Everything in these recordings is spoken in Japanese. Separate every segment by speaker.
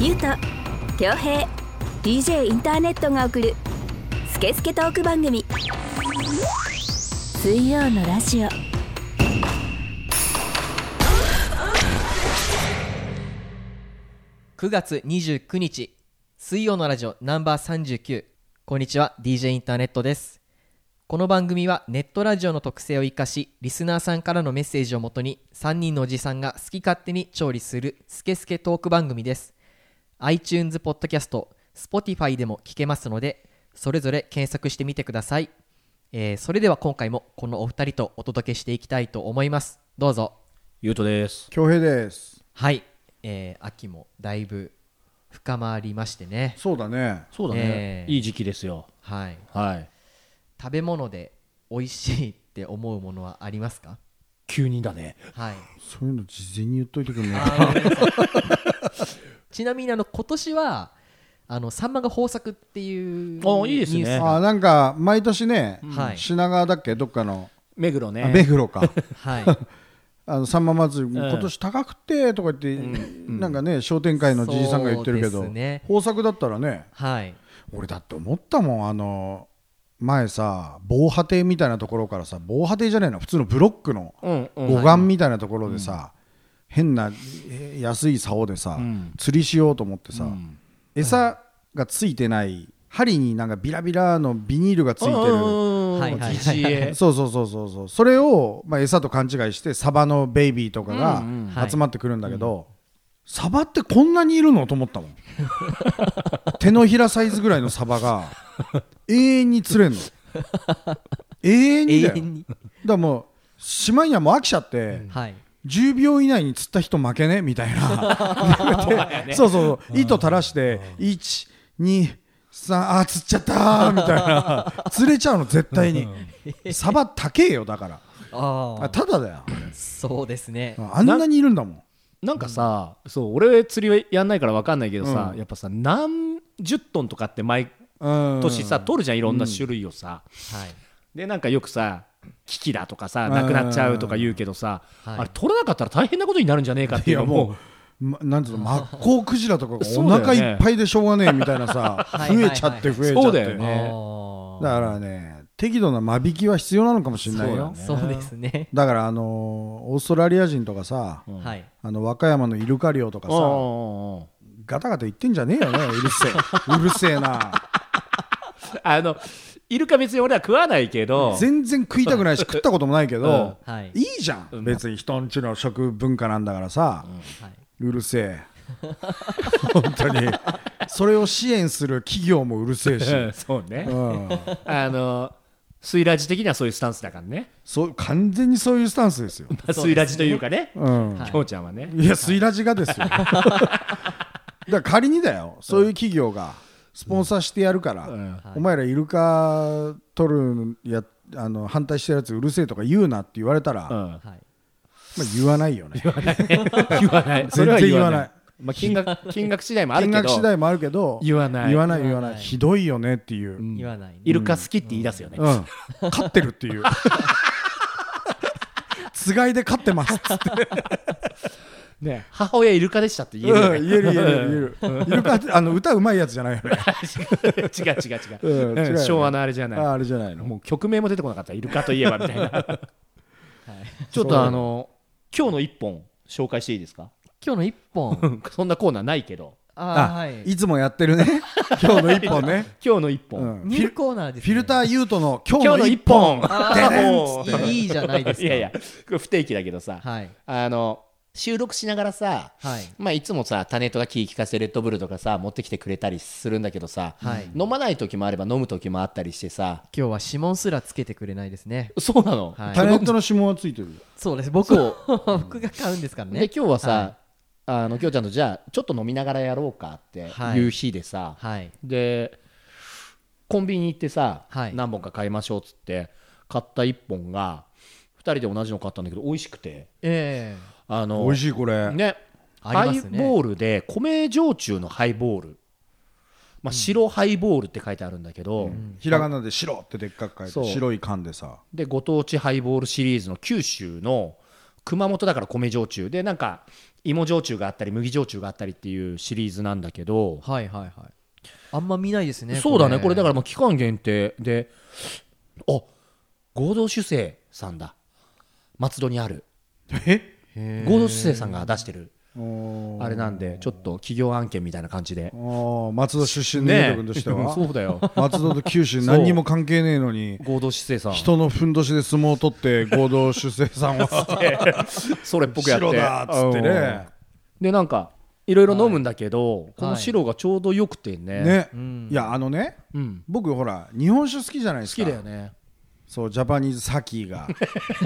Speaker 1: ゆうと恭平 DJ インターネットが送る「スケスケトーク番組」水曜のラジオ
Speaker 2: 9月29日水曜のラジオナンバー39こんにちは DJ インターネットですこの番組はネットラジオの特性を生かしリスナーさんからのメッセージをもとに3人のおじさんが好き勝手に調理するスケスケトーク番組です iTunes ポッドキャスト Spotify でも聞けますのでそれぞれ検索してみてください、えーそれでは今回もこのお二人とお届けしていきたいと思いますどうぞ
Speaker 3: ゆうとです。
Speaker 4: 恭平です
Speaker 2: はい、えー秋もだいぶ深まりましてね
Speaker 4: そうだね
Speaker 3: そうだね、
Speaker 2: えー
Speaker 3: いい時期ですよ。
Speaker 2: はい
Speaker 3: はい。
Speaker 2: 食べ物で美味しいって思うものはありますか
Speaker 3: 急にだね。
Speaker 2: はい
Speaker 4: そういうの事前に言っといてくれない
Speaker 2: ちなみにあの今年はあのサンマが豊作っていう
Speaker 3: あいいですね
Speaker 2: ニュースが
Speaker 4: あなんか毎年ね、
Speaker 2: はい
Speaker 4: 品川だっけどっかの、
Speaker 3: 目黒
Speaker 4: あ目
Speaker 3: ね。
Speaker 4: 黒か
Speaker 2: はい
Speaker 4: あのさんま祭り、
Speaker 3: うん
Speaker 4: 今年高くてとか言って、なんかね商店会のじいさんが言ってるけ
Speaker 2: そう
Speaker 4: ど、
Speaker 2: ですね
Speaker 4: 豊作だったらね
Speaker 2: はい
Speaker 4: 俺だって思ったもんあの前さ防波堤みたいなところからさ防波堤じゃないの普通のブロックの
Speaker 3: うんうん。
Speaker 4: 護岸みたいなところでさ、変なえー安い竿でさ、
Speaker 3: うん
Speaker 4: 釣りしようと思ってさ、
Speaker 3: うん
Speaker 4: 餌がついてない針になんかビラビラのビニールがついてる
Speaker 2: はいはいはい
Speaker 3: て
Speaker 4: そうそうそうそうそうそれを、まあ、餌と勘違いしてサバのベイビーとか
Speaker 3: うんうん
Speaker 2: は
Speaker 4: が
Speaker 2: い
Speaker 4: 集まってくるんだけど、サバってこんなにいるのと思った もん手のひらサイズぐらいのサバが永遠に釣れんの
Speaker 2: 永
Speaker 4: 永遠にだよだか
Speaker 2: 遠に
Speaker 4: らもうしまいにはもう飽きちゃって、
Speaker 2: はい
Speaker 4: 10秒以内に釣った人負けねみたい なでそうそうそう糸垂らして123あー釣っちゃったーみたいな釣れちゃうの絶対にサバ高えよだから
Speaker 2: あ
Speaker 4: あ
Speaker 2: あ
Speaker 4: ただだよ
Speaker 2: そうですね
Speaker 4: あんなにいるんだもん
Speaker 3: なんかさ、そう俺釣りはやんないからわかんないけどさ、
Speaker 4: うん
Speaker 3: やっぱさ何十トンとかって毎
Speaker 4: うん
Speaker 3: 年さ、取るじゃんいろんな種類をさ、
Speaker 2: はい
Speaker 3: でなんかよくさ危機だとかさなくなっちゃうとか言うけどさ、
Speaker 2: うん
Speaker 3: あれ取らなかったら大変なことになるんじゃねえかって
Speaker 4: い
Speaker 3: いう
Speaker 4: や
Speaker 3: のも
Speaker 4: もうまなんつうのマッコウクジラとかが
Speaker 3: そう
Speaker 4: お
Speaker 3: だよね
Speaker 4: 腹いっぱいでしょうがねえみたいなさ
Speaker 2: はい
Speaker 4: 増えちゃって増えちゃって
Speaker 3: そうだよね
Speaker 2: あ
Speaker 4: だからね適度な間引きは必要なのかもしれないよ
Speaker 2: あそうですね
Speaker 4: だからあのーオーストラリア人とかさ、
Speaker 3: うん
Speaker 2: はい
Speaker 4: あの和歌山のイルカ漁とか
Speaker 3: うん
Speaker 4: さ
Speaker 3: うんうん
Speaker 4: ガタガタ言ってんじゃ ねえよねうるせえうるせえな
Speaker 3: あのイルカ別に俺は食わないけど
Speaker 4: 全然食いたくないし食ったこともないけど、
Speaker 2: うんはい
Speaker 4: いいじゃん別に人んちの食文化なんだからさ、
Speaker 2: はいう
Speaker 4: るせえ本当にそれを支援する企業もうるせえし、
Speaker 3: うんそうね、
Speaker 4: うん、
Speaker 3: あのスイラジ的にはそういうスタンスだからね、
Speaker 4: そう完全にそういうスタンスですよ、
Speaker 3: まあ、スイラジというかね
Speaker 4: うん
Speaker 2: はい
Speaker 3: きょうちゃんはね
Speaker 4: いや、スイラジがです よ。だから仮にだよ、そういう企業がスポンサーしてやるから、
Speaker 3: うん
Speaker 4: お前らイルカ取るやあの反対してるやつうるせえとか言うなって言われたら、
Speaker 3: う
Speaker 4: ま
Speaker 3: ん
Speaker 4: あ、
Speaker 2: はい
Speaker 4: 言わないよね。
Speaker 3: 言わないそれは
Speaker 4: 全然言わない
Speaker 3: まあ、金 額金額次第もある
Speaker 4: 金
Speaker 3: けど
Speaker 4: 額次第もあるけど、
Speaker 3: 言わない
Speaker 4: 言わない、
Speaker 2: 言
Speaker 4: 言
Speaker 2: わ
Speaker 4: わ
Speaker 2: ない
Speaker 4: ない、ひどいよねっていう、うん
Speaker 2: 言わないね
Speaker 3: イルカ好きって言い出すよね、
Speaker 4: 勝ってるって いう。つがいで勝ってますっつって、
Speaker 3: ね母親イルカでしたって言える
Speaker 4: う
Speaker 3: よ
Speaker 4: ん
Speaker 3: ね、
Speaker 4: 言える言える言えるイルカってあの歌うまいやつじゃないよね
Speaker 3: 違う違う違う、
Speaker 4: うん違うよね
Speaker 3: 昭和のあれじゃ
Speaker 4: あ
Speaker 3: な
Speaker 4: あれじゃない
Speaker 3: い
Speaker 4: の
Speaker 3: もう曲名も出てこなかったイルカといえばみたい な
Speaker 2: はい
Speaker 3: ちょっとあの今日の一本紹介していいですか
Speaker 2: 今日の一 本
Speaker 3: うんそんなコーナーないけど
Speaker 2: あ
Speaker 4: あ、
Speaker 2: はい
Speaker 4: いつもやって るね今日の一本ね、
Speaker 3: 今日の一
Speaker 4: う
Speaker 3: 本、
Speaker 4: ん、
Speaker 2: ニューコーナーですね
Speaker 4: フィルターユートの今日
Speaker 3: 今日
Speaker 4: の
Speaker 3: の
Speaker 4: 一
Speaker 3: 一
Speaker 4: 本
Speaker 3: 本
Speaker 2: あーもういいじゃないですか
Speaker 3: いやいやこれ不定期だけどさ、
Speaker 2: はい
Speaker 3: あの収録しながらさ、
Speaker 2: はい
Speaker 3: まあ、いつもさタネットが気ぃ利かせレッドブルとかさ持ってきてくれたりするんだけどさ、
Speaker 2: はい
Speaker 3: 飲まない時もあれば飲む時もあったりしてさ
Speaker 2: 今日は指紋すらつけてくれないですね
Speaker 3: そうなの、
Speaker 2: はい
Speaker 4: タレントの指紋はついてる
Speaker 2: そう です僕を僕が買うんですから
Speaker 3: で
Speaker 2: ね
Speaker 3: 今日はさ、
Speaker 2: は
Speaker 3: あの今日ちゃんとじゃあちょっと飲みながらやろうかっていう日でさ、
Speaker 2: はい
Speaker 3: でコンビニ行ってさ、
Speaker 2: はい
Speaker 3: 何本か買いましょうっつって買った1本が2人で同じの買ったんだけど美味しくて
Speaker 2: え
Speaker 3: あの
Speaker 4: 美味しいこれ
Speaker 3: ね
Speaker 2: ありますね
Speaker 3: ハイボールで米焼酎のハイボールまあ、白ハイボールって書いてあるんだけど、
Speaker 4: ひらがなで白ってでっかく書
Speaker 3: そ
Speaker 4: いうて白い缶でさ
Speaker 3: でご当地ハイボールシリーズの九州の熊本だから米焼酎でなんか芋焼酎があったり麦焼酎があったりっていうシリーズなんだけど、
Speaker 2: はいはいはいあんま見ないですね
Speaker 3: そうだねこれだからもう期間限定であ合同酒精さんだ松戸にある
Speaker 4: え
Speaker 3: 合同酒精さんが出してる
Speaker 4: お
Speaker 3: あれなんでちょっと企業案件みたいな感じで
Speaker 4: ー松戸出身の裕
Speaker 3: え
Speaker 4: 太君としては
Speaker 3: そうだよ
Speaker 4: 松戸と九州何にも関係ねえのに
Speaker 3: 合同酒精さん
Speaker 4: 人のふんどしで相撲を取って合同出世さ んは
Speaker 3: それっぽくやって
Speaker 4: 白だっつってね
Speaker 3: でなんかいろいろ飲むんだけど、この白がちょうどよくてね
Speaker 4: ね
Speaker 2: うん
Speaker 4: いやあのね
Speaker 3: うん、
Speaker 4: 僕ほら日本酒好きじゃないで
Speaker 3: 好
Speaker 4: すか
Speaker 3: きだよね
Speaker 4: そうジャパニーズサキ ーが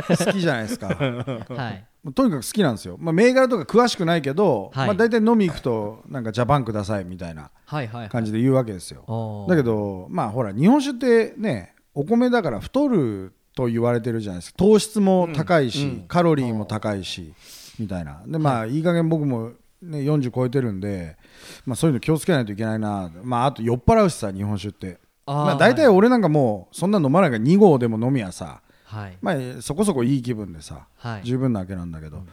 Speaker 4: 好きじゃないですか
Speaker 2: はい
Speaker 4: とにかく好きなんですよ、まあ、銘柄とか詳しくないけど、
Speaker 2: はい
Speaker 4: まあ、大体飲み行くとなんかジャパンくださいみたいな
Speaker 2: はいはいはい
Speaker 4: 感じで言うわけですよ
Speaker 2: おー
Speaker 4: だけどまあほら日本酒ってねお米だから太ると言われてるじゃないですか糖質も高いし、カロリーも高いしみたいなでまあいい加減僕も、ね、40超えてるんで、まあ、そういうの気をつけないといけないな、まあ、あと酔っ払うしさ日本酒って
Speaker 2: あー
Speaker 4: まあ、大体俺なんかもうそんな飲まないから2合でも飲みやさ、
Speaker 2: はい
Speaker 4: まあ、そこそこいい気分でさ、
Speaker 2: はい
Speaker 4: 十分なわけなんだけど、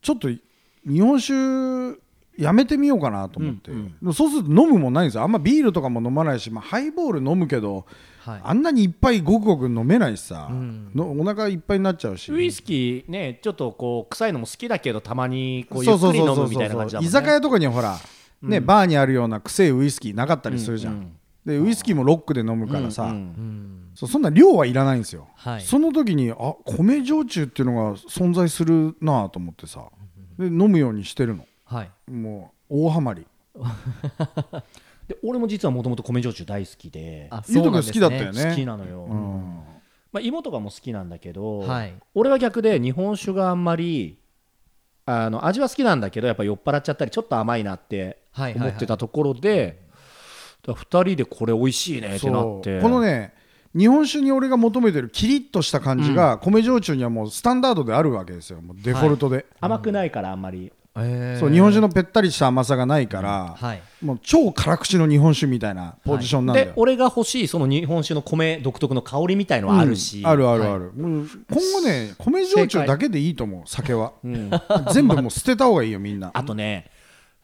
Speaker 4: ちょっと日本酒やめてみようかなと思って、でもそうすると飲むもんないんですよあんまビールとかも飲まないし、まあ、ハイボール飲むけど、
Speaker 2: はい
Speaker 4: あんなにいっぱいごくごく飲めないしさ、
Speaker 2: ん
Speaker 4: のお腹いっぱいになっちゃうし
Speaker 3: ウイスキーねちょっとこう臭いのも好きだけどたまにこうゆ
Speaker 4: そ
Speaker 3: っ
Speaker 4: うそ
Speaker 3: く
Speaker 4: う
Speaker 3: り
Speaker 4: そうそ
Speaker 3: 飲む
Speaker 4: うそう
Speaker 3: みたいな感じだもんね
Speaker 4: 居酒屋とかにはほら、ねバーにあるようなくせえウイスキーなかったりするじゃん、
Speaker 3: うんうん
Speaker 4: でウイスキーもロックで飲むからさ、
Speaker 3: うん
Speaker 2: うん
Speaker 4: そうそんな量はいらないんですよ、
Speaker 2: はい
Speaker 4: その時にあ米焼酎っていうのが存在するなと思ってさで飲むようにしてるの
Speaker 2: はい
Speaker 4: もう大ハマり
Speaker 3: で俺も実はもともと米焼酎大好きで
Speaker 2: あ
Speaker 4: ゆうとくん好きだった
Speaker 2: そうな
Speaker 4: よ
Speaker 2: ん
Speaker 4: ね
Speaker 3: 好きなのよ、
Speaker 4: うん
Speaker 3: まあ、芋とかも好きなんだけど、
Speaker 2: はい
Speaker 3: 俺は逆で日本酒があんまりあの味は好きなんだけどやっぱ酔っ払っちゃったりちょっと甘いなって
Speaker 2: はいはいは
Speaker 3: 思
Speaker 2: い
Speaker 3: ってたところで、だから2人でこれ美味しいねってな
Speaker 4: そ
Speaker 3: っ
Speaker 4: う
Speaker 3: て
Speaker 4: このね日本酒に俺が求めてるキリッとした感じが米焼酎にはもうスタンダードであるわけですよもうデフォルトで、
Speaker 3: 甘くないからあんまり、
Speaker 2: えー
Speaker 4: そう日本酒のぺったりした甘さがないから、
Speaker 2: はい
Speaker 4: もう超辛口の日本酒みたいなポジションなんだよ、
Speaker 3: で俺が欲しいその日本酒の米独特の香りみたいのはあるし、
Speaker 4: うんあるあるある、もう今後ね米焼酎だけでいいと思う酒は、 全部もう捨てた方がいいよみんな
Speaker 3: あとね、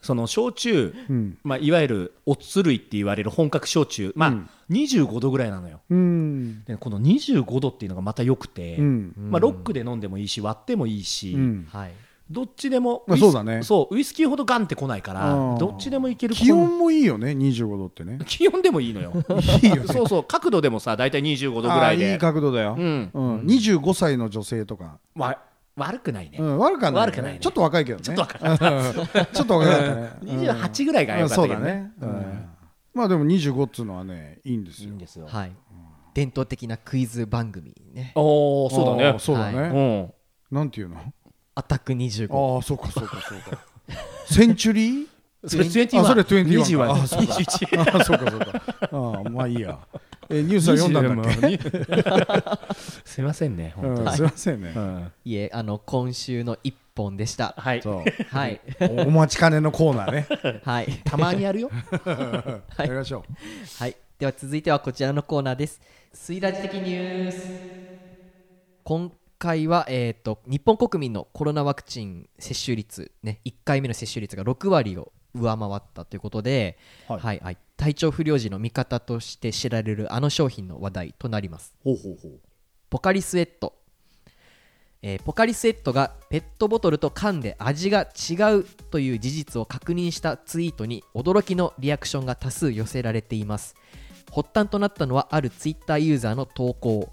Speaker 3: その焼酎、
Speaker 4: ん
Speaker 3: まあ、いわゆるおつ類って言われる本格焼酎、まあ25度ぐらいなのよ。
Speaker 4: うん
Speaker 3: でこの25度っていうのがまた良くて、
Speaker 4: うん
Speaker 3: まあ、ロックで飲んでもいいし割ってもいいし、
Speaker 4: うん
Speaker 2: はい
Speaker 3: どっちでも
Speaker 4: まあ
Speaker 3: ウイス
Speaker 4: そうだね
Speaker 3: そうウイスキーほどガンってこないから
Speaker 4: うん
Speaker 3: どっちでもいける
Speaker 4: 気
Speaker 3: こ
Speaker 4: 温もいいよね25度ってね
Speaker 3: の 気温でもいいのよ
Speaker 4: いいよね
Speaker 3: そうそう角度でもさ大体25度ぐらい
Speaker 4: あー
Speaker 3: で
Speaker 4: いい角度だよ、
Speaker 3: うん
Speaker 4: うん25歳の女性とか、
Speaker 3: わ悪くないね、
Speaker 4: うん、悪くはない,、
Speaker 3: 悪くないね
Speaker 4: ちょっと若いけどねちょっと
Speaker 3: 若
Speaker 4: かったちょっと若か ったね、
Speaker 3: 28ぐらいが
Speaker 4: う
Speaker 3: 良
Speaker 4: ん
Speaker 3: かった
Speaker 4: そう
Speaker 3: けど
Speaker 4: だ
Speaker 3: ね,、
Speaker 4: ね、うんまあでも25っつうのはねいいんです
Speaker 3: いい
Speaker 4: よ
Speaker 3: んですよ、
Speaker 2: はい伝統的なクイズ番組ね
Speaker 3: おおそうだ
Speaker 4: あー
Speaker 3: ね
Speaker 4: そうだね、
Speaker 3: うん
Speaker 4: なんていうの
Speaker 2: アタック25
Speaker 4: ああそうかそうかそうかセンチュリー
Speaker 3: それ21
Speaker 4: あそれ21
Speaker 3: 20は
Speaker 4: かあそうかあそうかそうかああまあいいやえニュースは読んだんだっけ、
Speaker 3: すいませんね、
Speaker 4: う
Speaker 3: 本当
Speaker 4: ん、すいませんね、
Speaker 3: うん
Speaker 2: いえあの今週の一本でした
Speaker 3: はい、
Speaker 4: そう
Speaker 2: はい
Speaker 4: お お待ちかねのコーナー ね
Speaker 2: はい
Speaker 3: たまにやるよ。
Speaker 4: やりましょう
Speaker 2: はい、では続いてはこちらのコーナーです。スイラジ的ニュース。今回は、えー、と日本国民のコロナワクチン接種率、ね、1回目の接種率が6割を上回ったということで、
Speaker 3: はい
Speaker 2: はいはい体調不良時の味方として知られるあの商品の話題となります。
Speaker 3: ほうほうほう。
Speaker 2: ポカリスエット、えーポカリスエットがペットボトルと缶で味が違うという事実を確認したツイートに驚きのリアクションが多数寄せられています発端となったのはあるツイッターユーザーの投稿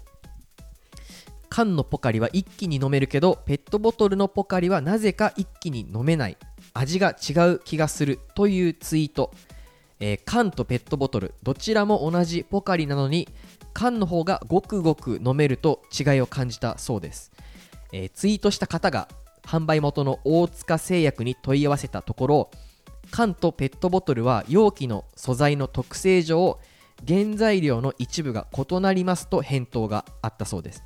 Speaker 2: 缶のポカリは一気に飲めるけどペットボトルのポカリはなぜか一気に飲めない味が違う気がするというツイート、えー缶とペットボトルどちらも同じポカリなのに缶の方がごくごく飲めると違いを感じたそうです、えーツイートした方が販売元の大塚製薬に問い合わせたところ缶とペットボトルは容器の素材の特性上原材料の一部が異なりますと返答があったそうです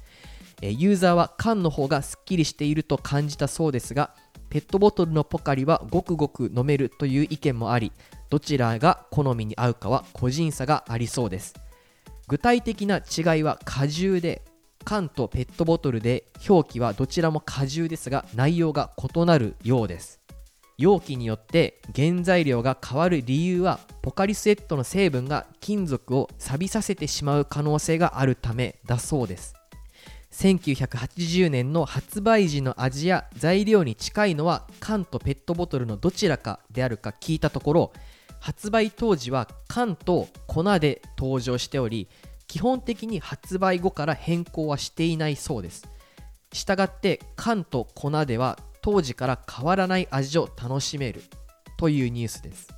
Speaker 2: えーユーザーは缶の方がすっきりしていると感じたそうですがペットボトルのポカリはごくごく飲めるという意見もありどちらが好みに合うかは個人差がありそうです具体的な違いは果汁で缶とペットボトルで表記はどちらも果汁ですが内容が異なるようです容器によって原材料が変わる理由はポカリスエットの成分が金属を錆びさせてしまう可能性があるためだそうです1980年の発売時の味や材料に近いのは缶とペットボトルのどちらかであるか聞いたところ発売当時は缶と粉で登場しており基本的に発売後から変更はしていないそうですしたがって缶と粉では当時から変わらない味を楽しめるというニュースです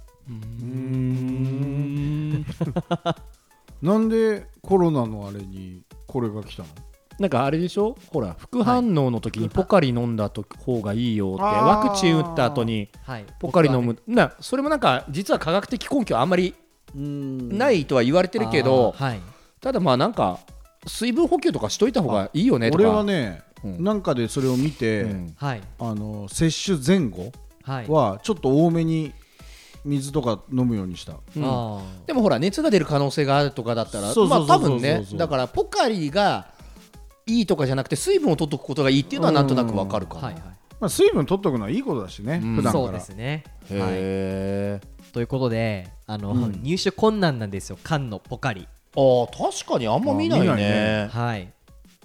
Speaker 4: なんでコロナのあれにこれが来たの
Speaker 3: なんかあれでしょほら副反応の時にポカリ飲んだと方がいいよって、
Speaker 4: はい
Speaker 3: ワクチン打った後に
Speaker 2: はい
Speaker 3: ポカリ飲
Speaker 2: 僕はね
Speaker 3: む、なそれもなんか実は科学的根拠あんまりないいとは言われてるけど、
Speaker 2: あーはい
Speaker 3: ただまあなんか水分補給とかしといた方がいいよねとか
Speaker 4: 俺はね、
Speaker 3: うん
Speaker 4: なんかでそれを見て、
Speaker 3: うん
Speaker 2: はい
Speaker 4: あの接種前後
Speaker 2: はい
Speaker 4: はちょっと多めに水とか飲むようにした、
Speaker 3: うん
Speaker 2: あー
Speaker 3: でもほら熱が出る可能性があるとかだったら
Speaker 4: そう
Speaker 3: ま
Speaker 4: そ
Speaker 3: あ
Speaker 4: うそ
Speaker 3: 多
Speaker 4: うそうそう
Speaker 3: 分ねだからポカリがいいとかじゃなくて水分を取っとくことがいいっていうのはなんとなくわかるかな
Speaker 2: はいはい
Speaker 4: まあ、水分取っとくのはいいことだしね、
Speaker 3: うん
Speaker 4: 普段
Speaker 2: そう
Speaker 4: か
Speaker 2: で
Speaker 4: ら
Speaker 2: すねはい
Speaker 3: へえ、
Speaker 2: ということであの、
Speaker 4: うん
Speaker 2: 入手困難なんですよ缶のポカリ
Speaker 3: あー確かにあんま見ない
Speaker 4: あ
Speaker 3: ね
Speaker 4: 見ないね
Speaker 2: はい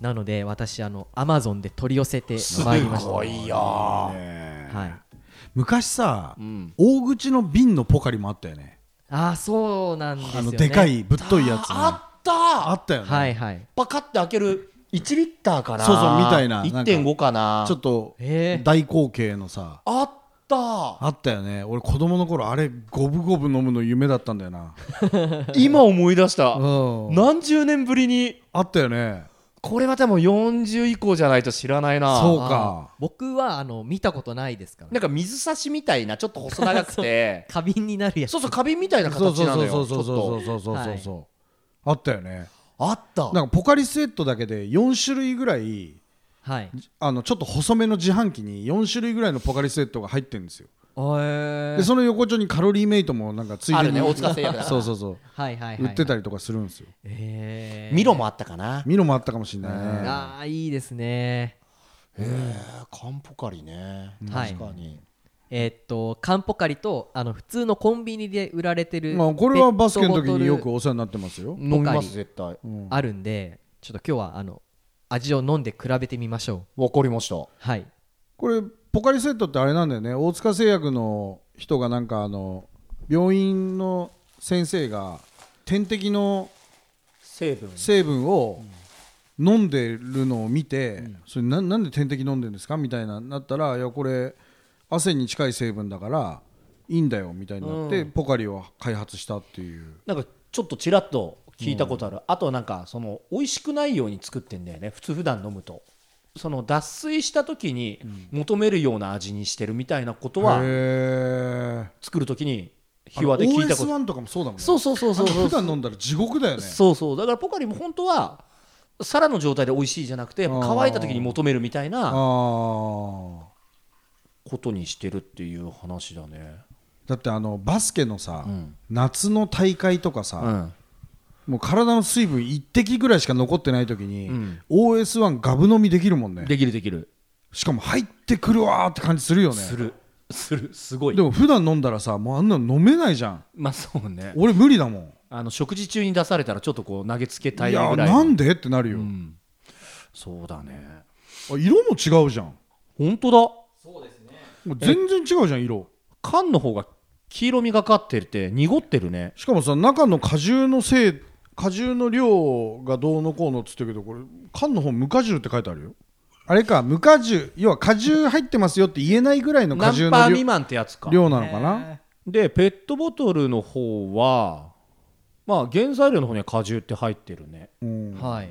Speaker 2: なので私あのアマゾンで取り寄せてまいりました
Speaker 3: すごいよ、
Speaker 4: ね
Speaker 2: はい、
Speaker 4: 昔さ、
Speaker 3: うん、
Speaker 4: 大口の瓶のポカリもあったよね
Speaker 2: ああそうなんですよ、ね、
Speaker 4: あのでかいぶっといやつね
Speaker 3: ああったー
Speaker 4: あったよね、
Speaker 2: はいはい
Speaker 3: パカって開ける1リッターかな
Speaker 4: そうそうみたいななんか
Speaker 3: 1.5かな
Speaker 4: ちょっと
Speaker 2: へえ
Speaker 4: 大口径のさ
Speaker 3: あった
Speaker 4: あったよね俺子供の頃あれ五分五分飲むの夢だったんだよな
Speaker 3: 今思い出した
Speaker 4: うん
Speaker 3: 何十年ぶりに
Speaker 4: あったよね
Speaker 3: これはでも40以降じゃないと知らないな
Speaker 4: そうか
Speaker 2: あー僕はあの見たことないですから
Speaker 3: なんか水差しみたいなちょっと細長く て
Speaker 2: 花瓶になるやつ
Speaker 3: そうそう花瓶みたいな
Speaker 4: そう
Speaker 3: 形
Speaker 4: そう
Speaker 3: なのよ
Speaker 4: そうそうそう
Speaker 3: ちょっ
Speaker 4: そうそうそうそうそう、あったよね
Speaker 3: とあった
Speaker 4: なんかポカリスエットだけで4種類ぐらい
Speaker 2: はい
Speaker 4: あのちょっと細めの自販機に4種類ぐらいのポカリスエットが入ってるんですよ
Speaker 2: え
Speaker 4: でその横丁にカロリーメイトもなんかついでに
Speaker 3: あるね大塚製薬だ
Speaker 4: そうそうそう
Speaker 2: はいはいはい、
Speaker 4: 売ってた
Speaker 2: り
Speaker 4: りとかするんですよ
Speaker 2: えー、
Speaker 3: ミロもあったかな
Speaker 4: ミロもあったかもしれないね
Speaker 2: ああいいですね
Speaker 3: カンポカリね
Speaker 2: はい
Speaker 3: 確かに
Speaker 2: えーっと缶ポカリとあの普通のコンビニで売られてる
Speaker 4: まあ、これはバスケの
Speaker 2: ペット
Speaker 4: 時
Speaker 2: ボト
Speaker 4: に
Speaker 2: ル
Speaker 4: よくお世話になってますよ、
Speaker 3: 飲みます絶対わ
Speaker 4: うん
Speaker 2: あるんでちょっと今日はあの味を飲んで比べてみましょう
Speaker 3: かりました
Speaker 2: はい
Speaker 4: これポカリセットってあれなんだよね大塚製薬の人がなんかあの病院の先生が点滴の
Speaker 3: 成分
Speaker 4: 成分を飲んでるのを見て、それななんで点滴飲んでるんですかみたいななったらいやこれ汗に近い成分だからいいんだよみたいになって、ポカリを開発したっていう
Speaker 3: なんかちょっとちらっと聞いたことある、あとなんかその美味しくないように作ってんだよね普通普段飲むとその脱水した時に求めるような味にしてるみたいなことは、
Speaker 4: へえ
Speaker 3: 作る時に秘話で聞いたこと
Speaker 4: OS1 とかもそうだもんね
Speaker 3: そうそうそうそう
Speaker 4: あ
Speaker 3: そ
Speaker 4: の
Speaker 3: う
Speaker 4: 普段飲んだら地獄だよね
Speaker 3: そうそうだからポカリも本当は皿の状態で美味しいじゃなくてやっぱ乾いた時に求めるみたいな
Speaker 4: ああ
Speaker 3: ことにしてるっていう話だね
Speaker 4: だってあのバスケのさ、
Speaker 3: うん
Speaker 4: 夏の大会とか
Speaker 3: う
Speaker 4: さ、
Speaker 3: ん
Speaker 4: もう体の水分一滴ぐらいしか残ってない時に、
Speaker 3: うん
Speaker 4: OS1 ガブ飲みできるもんね
Speaker 3: できるできる
Speaker 4: しかも入ってくるわーって感じするよね
Speaker 3: するするすごい
Speaker 4: でも普段飲んだらさもうあんなの飲めないじゃん
Speaker 3: まあそうね
Speaker 4: 俺無理だもん
Speaker 3: あの食事中に出されたらちょっとこう投げつけたい
Speaker 4: い
Speaker 3: ぐら
Speaker 4: や
Speaker 3: いの
Speaker 4: なんでってなるよ、
Speaker 3: うんそうだね
Speaker 4: あ色も違うじゃん
Speaker 3: 本当だ
Speaker 4: もう全然違うじゃん色
Speaker 3: 缶の方が黄色みがかってて濁ってるね
Speaker 4: しかもさ中の果汁のせい果汁の量がどうのこうのっつってるけどこれ缶の方無果汁って書いてあるよあれか無果汁要は果汁入ってますよって言えないぐらいの果
Speaker 3: 何
Speaker 4: 汁
Speaker 3: パー
Speaker 4: の
Speaker 3: 未
Speaker 4: 量
Speaker 3: 満ってやつか
Speaker 4: 量なのかな
Speaker 3: でペットボトルの方はまあ原材料の方には果汁って入ってるね、
Speaker 4: うん
Speaker 2: はい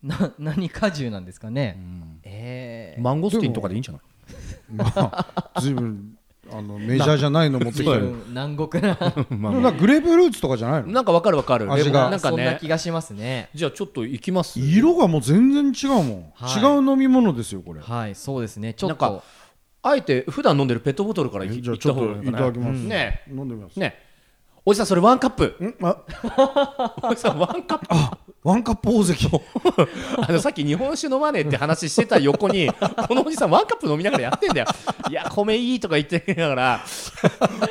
Speaker 2: な何果汁なんですかね、
Speaker 3: うん
Speaker 2: ええ
Speaker 3: マンゴスティンとかでいいんじゃない
Speaker 4: まあ随分あのメジャーじゃないの持ってきたよ
Speaker 2: 南国な
Speaker 4: でもなんかグレープフルーツとかじゃないの
Speaker 3: なんかわかるわかるで
Speaker 4: 味が
Speaker 3: もなんか
Speaker 2: そんな
Speaker 3: ね
Speaker 2: 気がしますね
Speaker 3: じゃあちょっと行きます
Speaker 4: 色がもう全然違うもん、
Speaker 2: はい
Speaker 4: 違う飲み物ですよこれ
Speaker 2: はいそうですねちょっ
Speaker 3: なんか
Speaker 2: と
Speaker 3: あえて普段飲んでるペットボトルからいい
Speaker 4: じゃあ
Speaker 3: っ
Speaker 4: ちょ
Speaker 3: た
Speaker 4: っ
Speaker 3: 方がいいの
Speaker 4: とい
Speaker 3: か
Speaker 4: た
Speaker 3: な
Speaker 4: だきます。
Speaker 3: ね
Speaker 4: 飲んでみます。
Speaker 3: えねえおじさんそれワンカップ
Speaker 4: んあ
Speaker 3: おじさんワンカップ
Speaker 4: ワンカップ大関。
Speaker 3: あのさっき日本酒飲まねえって話してた横 にこのおじさんワンカップ飲みながらやってんだよいや米いいとか言ってながら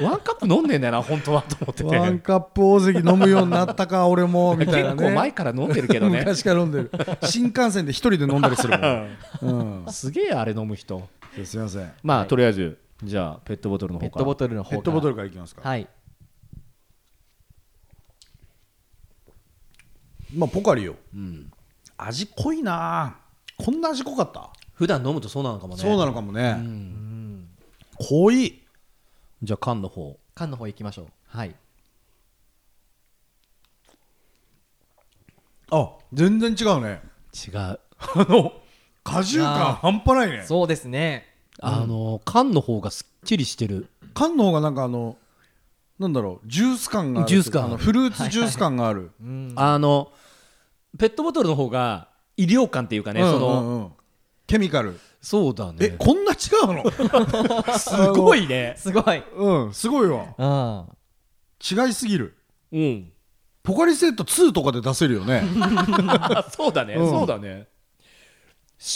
Speaker 3: ワンカップ飲んでんだよな本当はと 思って
Speaker 4: ワン
Speaker 3: て
Speaker 4: カップ大関飲むようになったか、俺も、みたいな
Speaker 3: 結
Speaker 4: ね。
Speaker 3: 構前から飲んでるけどね
Speaker 4: 昔から飲ん でる。新幹線で一人で飲んだりするもん。うん。
Speaker 3: すげえあれ飲む人
Speaker 4: すいません。
Speaker 3: まあとりあえずじゃあペットボトルの
Speaker 2: ペ
Speaker 3: 方
Speaker 2: ッ
Speaker 3: か
Speaker 2: ト
Speaker 3: ら
Speaker 2: ボトルの方
Speaker 4: ペ
Speaker 2: から
Speaker 4: ットボトルからいきますか。
Speaker 2: はい
Speaker 4: まあ、ポカリよ。味濃いなぁこんな味濃かった
Speaker 3: 普段飲むとそうなのかもね
Speaker 4: そうなのかもね。濃い。
Speaker 3: じゃあ缶の方
Speaker 2: 缶の方行きましょうはい
Speaker 4: あ、全然違うね。
Speaker 3: 違う
Speaker 4: あの、果汁感半端ないね。
Speaker 2: そうですね
Speaker 3: あの缶の方がすっきりしてる
Speaker 4: 缶の方がなんかあのなんだろうジュース感がある
Speaker 3: ジュース感
Speaker 4: あのフルーツジュース感がある、
Speaker 3: あのペットボトルの方が医療感っていうかねそ
Speaker 4: うん
Speaker 3: の
Speaker 4: うんうんケミカル
Speaker 3: そうだね
Speaker 4: えこんな違うの
Speaker 3: すごいね
Speaker 2: すごい
Speaker 4: うんすごいわ
Speaker 2: うん
Speaker 4: 違いすぎる
Speaker 3: うん
Speaker 4: ポカリセット2とかで出せる よね
Speaker 3: あ そうだね、
Speaker 4: うん
Speaker 3: そうだね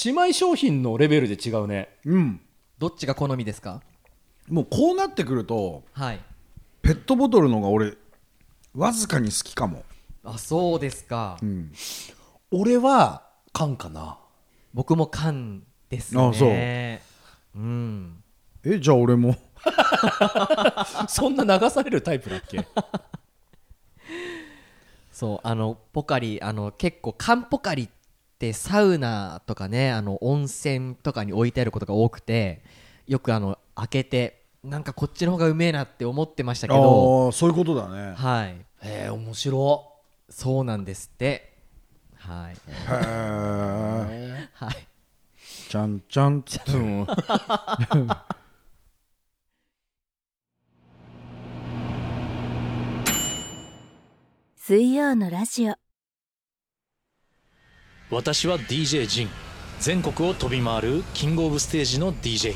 Speaker 3: 姉妹商品のレベルで違うね
Speaker 4: うん
Speaker 2: どっちが好みですか
Speaker 4: もうこうなってくると
Speaker 2: はい
Speaker 4: ペットボトルの方が俺わずかに好きかも、
Speaker 2: あそうですか、
Speaker 4: うん、
Speaker 3: 俺は缶かな
Speaker 2: 僕も缶ですね
Speaker 4: あそう
Speaker 2: うん
Speaker 4: えじゃあ俺も
Speaker 3: そんな流されるタイプだっけ
Speaker 2: そうあのポカリあの結構缶ポカリってサウナとかねあの温泉とかに置いてあることが多くてよくあの開けてなんかこっちの方がうめえなって思ってましたけど
Speaker 4: ああそういうことだね
Speaker 2: はい
Speaker 3: えー、面白
Speaker 2: そうなんですってはい
Speaker 4: へえ
Speaker 2: はい
Speaker 4: ちゃんちゃんつっても
Speaker 1: 水曜のラジオ
Speaker 5: 私は DJ ジン全国を飛び回るキングオブステージの DJ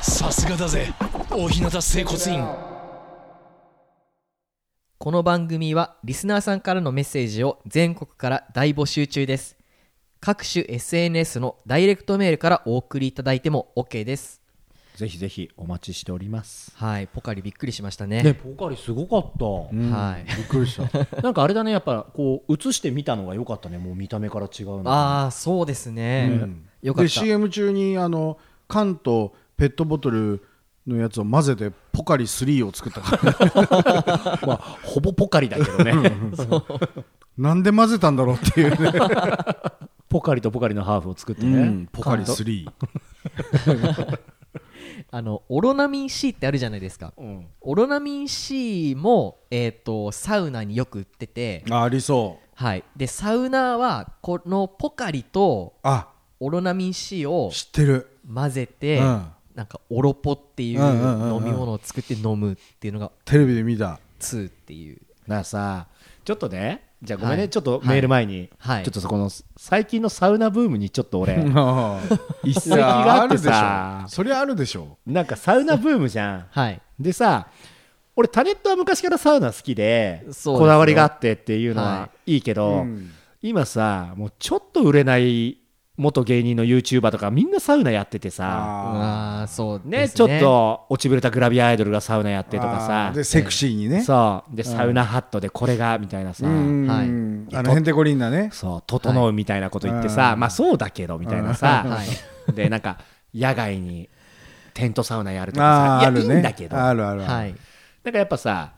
Speaker 5: さすがだぜ大日向整骨院
Speaker 2: この番組はリスナーさんからのメッセージを全国から大募集中です各種 SNS のダイレクトメールからお送りいただいても OK です
Speaker 3: いぜひぜひお待ちしております
Speaker 2: はいポカリびっくりしましたね
Speaker 3: ねポカリすごかった、
Speaker 4: うん
Speaker 2: はい
Speaker 4: びっくりした
Speaker 3: なんかあれだねやっぱこう映してみたのが良かったねもう見た目から違うのが
Speaker 2: ああそうですね、
Speaker 4: うん
Speaker 2: よかっ
Speaker 4: で
Speaker 2: た
Speaker 4: CM 中にあの缶とペットボトルのやつを混ぜてポカリ3を作ったから
Speaker 3: まあほぼポカリだけどね
Speaker 4: なんで混ぜたんだろうっていうね、
Speaker 3: ポカリとポカリのハーフを作って
Speaker 4: う
Speaker 3: ね、
Speaker 4: ん、ポカリ3
Speaker 2: あのオロナミン C ってあるじゃないですか
Speaker 3: うん
Speaker 2: オロナミン C も、えー、とサウナによく売ってて、
Speaker 4: あありそう
Speaker 2: はい、でサウナーはこのポカリと
Speaker 4: あ
Speaker 2: オロナミン C を
Speaker 4: 知ってる
Speaker 2: 混ぜて、
Speaker 4: うん
Speaker 2: なんかオロポっていう
Speaker 4: うんうんうんう
Speaker 2: 飲
Speaker 4: ん
Speaker 2: み物を作って飲むっていうのが
Speaker 4: テレビで 見た
Speaker 2: 2っていう
Speaker 3: なあさちょっとねじゃあごめんね、
Speaker 2: はい
Speaker 3: ちょっとメール前に、
Speaker 2: はい
Speaker 3: ちょっとそこの最近のサウナブームにちょっと 俺
Speaker 4: 一
Speaker 3: 石があってさ
Speaker 4: そりゃあるでしょ
Speaker 3: なんかサウナブームじゃん
Speaker 2: はい
Speaker 3: でさ俺タネットは昔からサウナ好きで
Speaker 2: そうですよ
Speaker 3: こだわりがあってっていうのは
Speaker 2: はい
Speaker 3: いけど、
Speaker 4: うん
Speaker 3: 今さもうちょっと売れない元芸人の YouTuber とかみんなサウナやっててさ
Speaker 4: あ
Speaker 2: ああそうです
Speaker 3: ね
Speaker 2: ね
Speaker 3: ちょっと落ちぶれたグラビアアイドルがサウナやってとか
Speaker 4: あ
Speaker 3: さ
Speaker 4: ーでセクシーにね
Speaker 3: そうでサウナハットでこれがみたいなさ、
Speaker 4: うん
Speaker 2: はい
Speaker 4: あのヘンテコリンなね
Speaker 3: そう整うみたいなこと言ってさ、
Speaker 4: はい
Speaker 3: まあそうだけどみたいなさ、
Speaker 2: はい
Speaker 3: でなんか野外にテントサウナやるとかさ
Speaker 4: あーあ
Speaker 3: いやい
Speaker 4: る
Speaker 3: い
Speaker 4: ね
Speaker 3: んだけど
Speaker 4: あるある
Speaker 2: はい
Speaker 3: なんかやっぱさ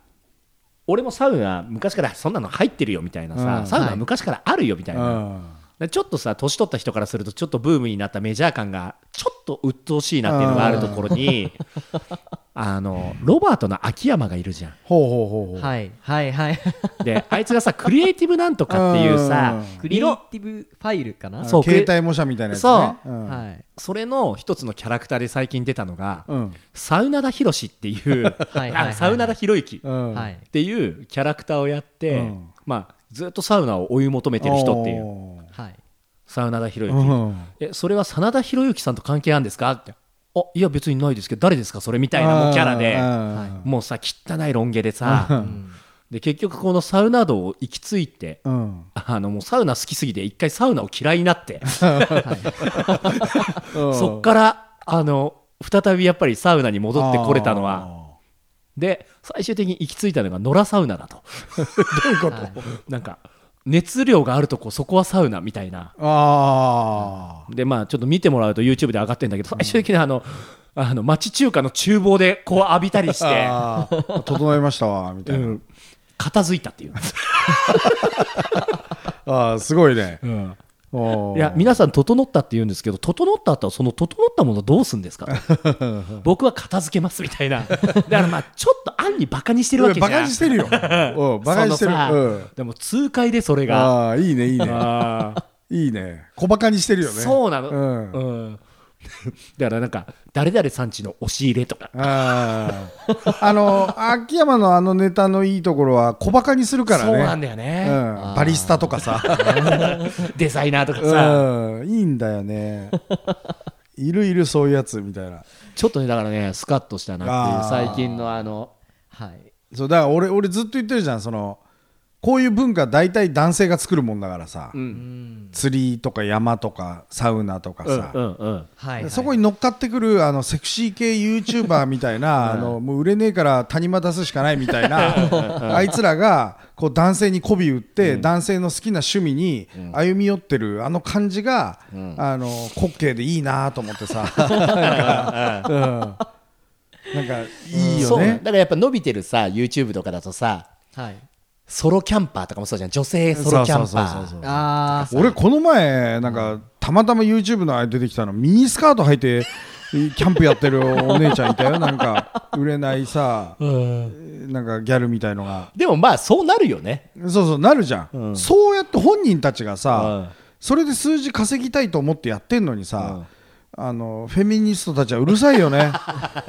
Speaker 3: 俺もサウナ昔からそんなの入ってるよみたいなさ、
Speaker 4: うん
Speaker 3: サウナ昔からあるよみたいな、
Speaker 4: うん
Speaker 3: だらちょっとさ年取った人からするとちょっとブームになったメジャー感がちょっと鬱陶しいなっていうのがあるところに あのロバートの秋山がいるじゃん
Speaker 4: ほうほうほうほう
Speaker 2: はいはい はい。
Speaker 3: であいつがさクリエイティブなんとかっていうさ
Speaker 4: うん
Speaker 2: クリエイティブファイルかな
Speaker 4: あの
Speaker 3: そう
Speaker 4: 携帯模写みたいなやつね
Speaker 3: そ
Speaker 4: うん
Speaker 2: はい
Speaker 3: それの一つのキャラクターで最近出たのが、
Speaker 4: うん
Speaker 3: サウナ田ヒロシっていう
Speaker 2: はいはいはい
Speaker 3: あサウナ田ヒロユキ
Speaker 4: うん
Speaker 2: はい
Speaker 3: っていうキャラクターをやって、
Speaker 4: うん
Speaker 3: まあ、ずっとサウナを追い求めてる人っていう
Speaker 2: はい。
Speaker 3: サウナ田ヒロユキ、
Speaker 4: うん
Speaker 3: えそれは真田広之さんと関係あるんですかってあいや別にないですけど誰ですかそれみたいなもうキャラで
Speaker 4: うん
Speaker 3: もうさ汚いロン毛でさ
Speaker 2: うん
Speaker 3: で結局このサウナー道を行き着いて
Speaker 4: うん
Speaker 3: あのもうサウナ好きすぎて一回サウナを嫌いになって そっからあの再びやっぱりサウナに戻ってこれたのはで最終的に行き着いたのが野良サウナだとどういうことなんか熱量があるとこそこはサウナみたいな
Speaker 4: あーあ
Speaker 3: でまあちょっと見てもらうと YouTube で上がってるんだけど最終的にあの、あの町中華の厨房でこう浴びたりし
Speaker 4: ー
Speaker 3: て、
Speaker 4: あー整いましたわみた
Speaker 3: う
Speaker 4: いな、
Speaker 3: ん、片付いたっていう
Speaker 4: ああすごいね、おー
Speaker 3: いや皆さん整ったって言うんですけど整った後はその整ったものどうすん ですかと僕は片付けますみたいなだからまあちょっと案にバカにしてるわけじゃ
Speaker 4: バ
Speaker 3: ん
Speaker 4: カにしてるよ うんバカにしてる
Speaker 3: そのさ
Speaker 4: うん
Speaker 3: でも痛快でそれが
Speaker 4: ああいいねいいね
Speaker 3: あー
Speaker 4: いいね小バカにしてるよね
Speaker 3: そうなの、
Speaker 4: うん
Speaker 3: うんだからなんか誰々さんちの押し入れとか
Speaker 4: あーあの秋山のあのネタのいいところは小バカにするからね
Speaker 3: そうなんだよ
Speaker 4: う
Speaker 3: ね、
Speaker 4: んバリスタとかさ、
Speaker 3: デザイナーとかさ、
Speaker 4: うん、いいんだよ ねいるいるそういうやつみたいな
Speaker 3: ちょっとねだからねスカッとしたなってい
Speaker 4: あ
Speaker 3: う
Speaker 4: ー
Speaker 3: 最近のあの
Speaker 2: はい。
Speaker 4: そうだから俺俺ずっと言ってるじゃんそのこういう文化大体男性が作るもんだからさ、
Speaker 2: うん
Speaker 4: 釣りとか山とかサウナとか
Speaker 3: うん
Speaker 4: さ、
Speaker 3: うんうん
Speaker 2: はいはい。
Speaker 4: そこに乗っかってくるあのセクシー系 YouTuber みたいなあのもう売れねえから谷間出すしかないみたいなあいつらがこう男性に媚び売って、男性の好きな趣味に歩み寄ってるあの感じが、あの滑稽でいいなと思ってさなん か,、うん、なんかいい
Speaker 3: そ
Speaker 4: よ
Speaker 3: うだ
Speaker 4: ね。
Speaker 3: からやっぱ伸びてるさ YouTube とかだとさ
Speaker 2: はい。
Speaker 3: ソロキャンパーとかもそうじゃん女性ソロキャンパ
Speaker 4: そうそうそう
Speaker 3: ー
Speaker 4: そう
Speaker 2: ああ。
Speaker 4: 俺この前なんかたまたま YouTube のあれ出てきたのミニスカート履いてキャンプやってるお姉ちゃんい たよなんか売れないさなんかギャルみたいのが
Speaker 3: でもまあそうなるよね
Speaker 4: そうそうなるじゃん、そうやって本人たちがさ、
Speaker 3: うん
Speaker 4: それで数字稼ぎたいと思ってやってんのにさ、あのフェミニストたちはうるさいよね、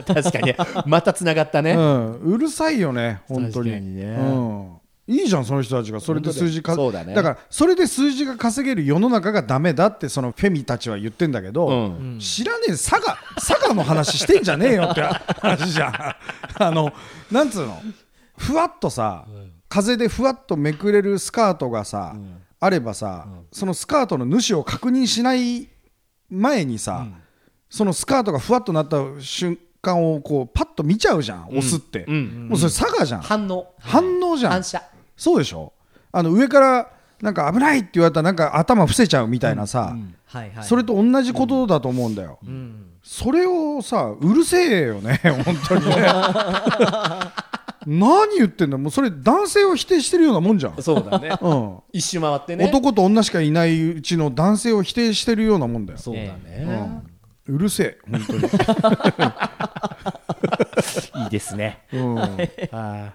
Speaker 3: 確かに またつながった
Speaker 4: う
Speaker 3: ね、
Speaker 4: ん、うるさいよね本当に
Speaker 3: 確かにね
Speaker 4: うんいいじゃんその人たちがそれで数字か
Speaker 3: 本当だよそうだね
Speaker 4: からそれで数字が稼げる世の中がダメだってそのフェミたちは言ってんだけど、
Speaker 3: うん
Speaker 4: 知らねえ佐賀佐賀の話してんじゃねえよって話じゃん あのなんつうのふわっとさ、風でふわっとめくれるスカートがさ、あればさ、そのスカートの主を確認しない前にさ、そのスカートがふわっとなった瞬間をこうパッと見ちゃうじゃん押すって、もうそれ佐賀じゃん、
Speaker 3: 反応
Speaker 4: 反応じゃん
Speaker 3: 反射
Speaker 4: そうでしょあの上からなんか危ないって言われたらなんか頭伏せちゃうみたいなさ、
Speaker 2: はいはい。
Speaker 4: それと同じことだと思うんだよ、
Speaker 2: うん。
Speaker 4: それをさうるせえよ ね本当にね何言ってんだもうそれ男性を否定してるようなもんじゃん、う
Speaker 3: そうだね
Speaker 4: ん
Speaker 3: 一周回ってね
Speaker 4: 男と女しかいないうちの男性を否定してるようなもんだよ
Speaker 3: そうだね、
Speaker 4: うるせえ本
Speaker 3: いいですね
Speaker 4: 当に、うん、行
Speaker 3: あー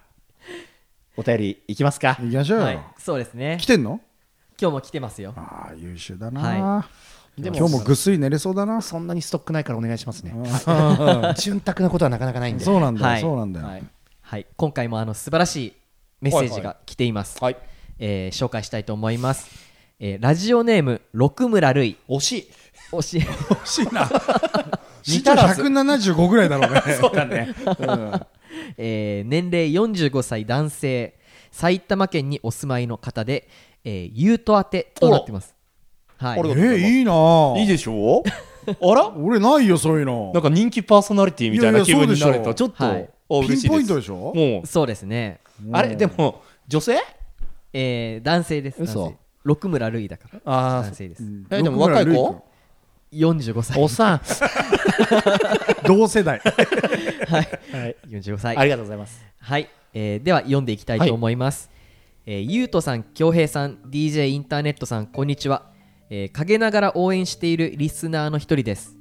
Speaker 3: お便りいきますか
Speaker 4: きましょうよ、
Speaker 2: はい。そうですね
Speaker 4: 来。てんの
Speaker 2: 今日も来てますよ。
Speaker 4: ああ優秀だな、
Speaker 2: は
Speaker 3: でも
Speaker 4: 今日もぐっすり寝れそうだな
Speaker 3: そんなにストックないからお願いしますね潤沢なことはなかなかないんで
Speaker 4: そうなんだよ、
Speaker 2: はい
Speaker 4: そうなんだよ、
Speaker 3: はい
Speaker 2: はい。今回もあの素晴らしいメッセージが来ています。
Speaker 3: はい
Speaker 2: えー紹介したいと思います。えーラジオネーム六村るい。
Speaker 3: 惜しい
Speaker 2: おし。
Speaker 4: 欲しいな身
Speaker 3: 似
Speaker 4: 長
Speaker 3: たらず
Speaker 4: 175ぐらいだろうね
Speaker 3: そうだね
Speaker 2: えー年齢45歳男性埼玉県にお住まいの方で、えー、ゆうと宛てとなってますは
Speaker 4: え
Speaker 2: い
Speaker 4: ー、いいなあ
Speaker 3: いいでしょうあら
Speaker 4: 俺ないよそういうの
Speaker 3: なんか人気パーソナリティみたいな気分になるとちょっと
Speaker 2: いやいや
Speaker 3: あ嬉しいです
Speaker 4: ピンポイントでしょ
Speaker 3: も
Speaker 2: そうですね、
Speaker 3: うあれでも女性
Speaker 2: えー男性です
Speaker 3: 嘘
Speaker 2: 男性六村るいだから
Speaker 3: あ
Speaker 2: 男性です
Speaker 3: えでも若い
Speaker 4: 六村
Speaker 3: 子
Speaker 2: 45歳
Speaker 3: おっさん
Speaker 4: 同世 代
Speaker 3: はい
Speaker 2: 45歳
Speaker 3: ありがとうございます
Speaker 2: はい、えーでは読んでいきたいと思います、えーゆうとさん、きょうへいさん、DJ インターネットさん、こんにちは、えー陰ながら応援しているリスナーの一人です、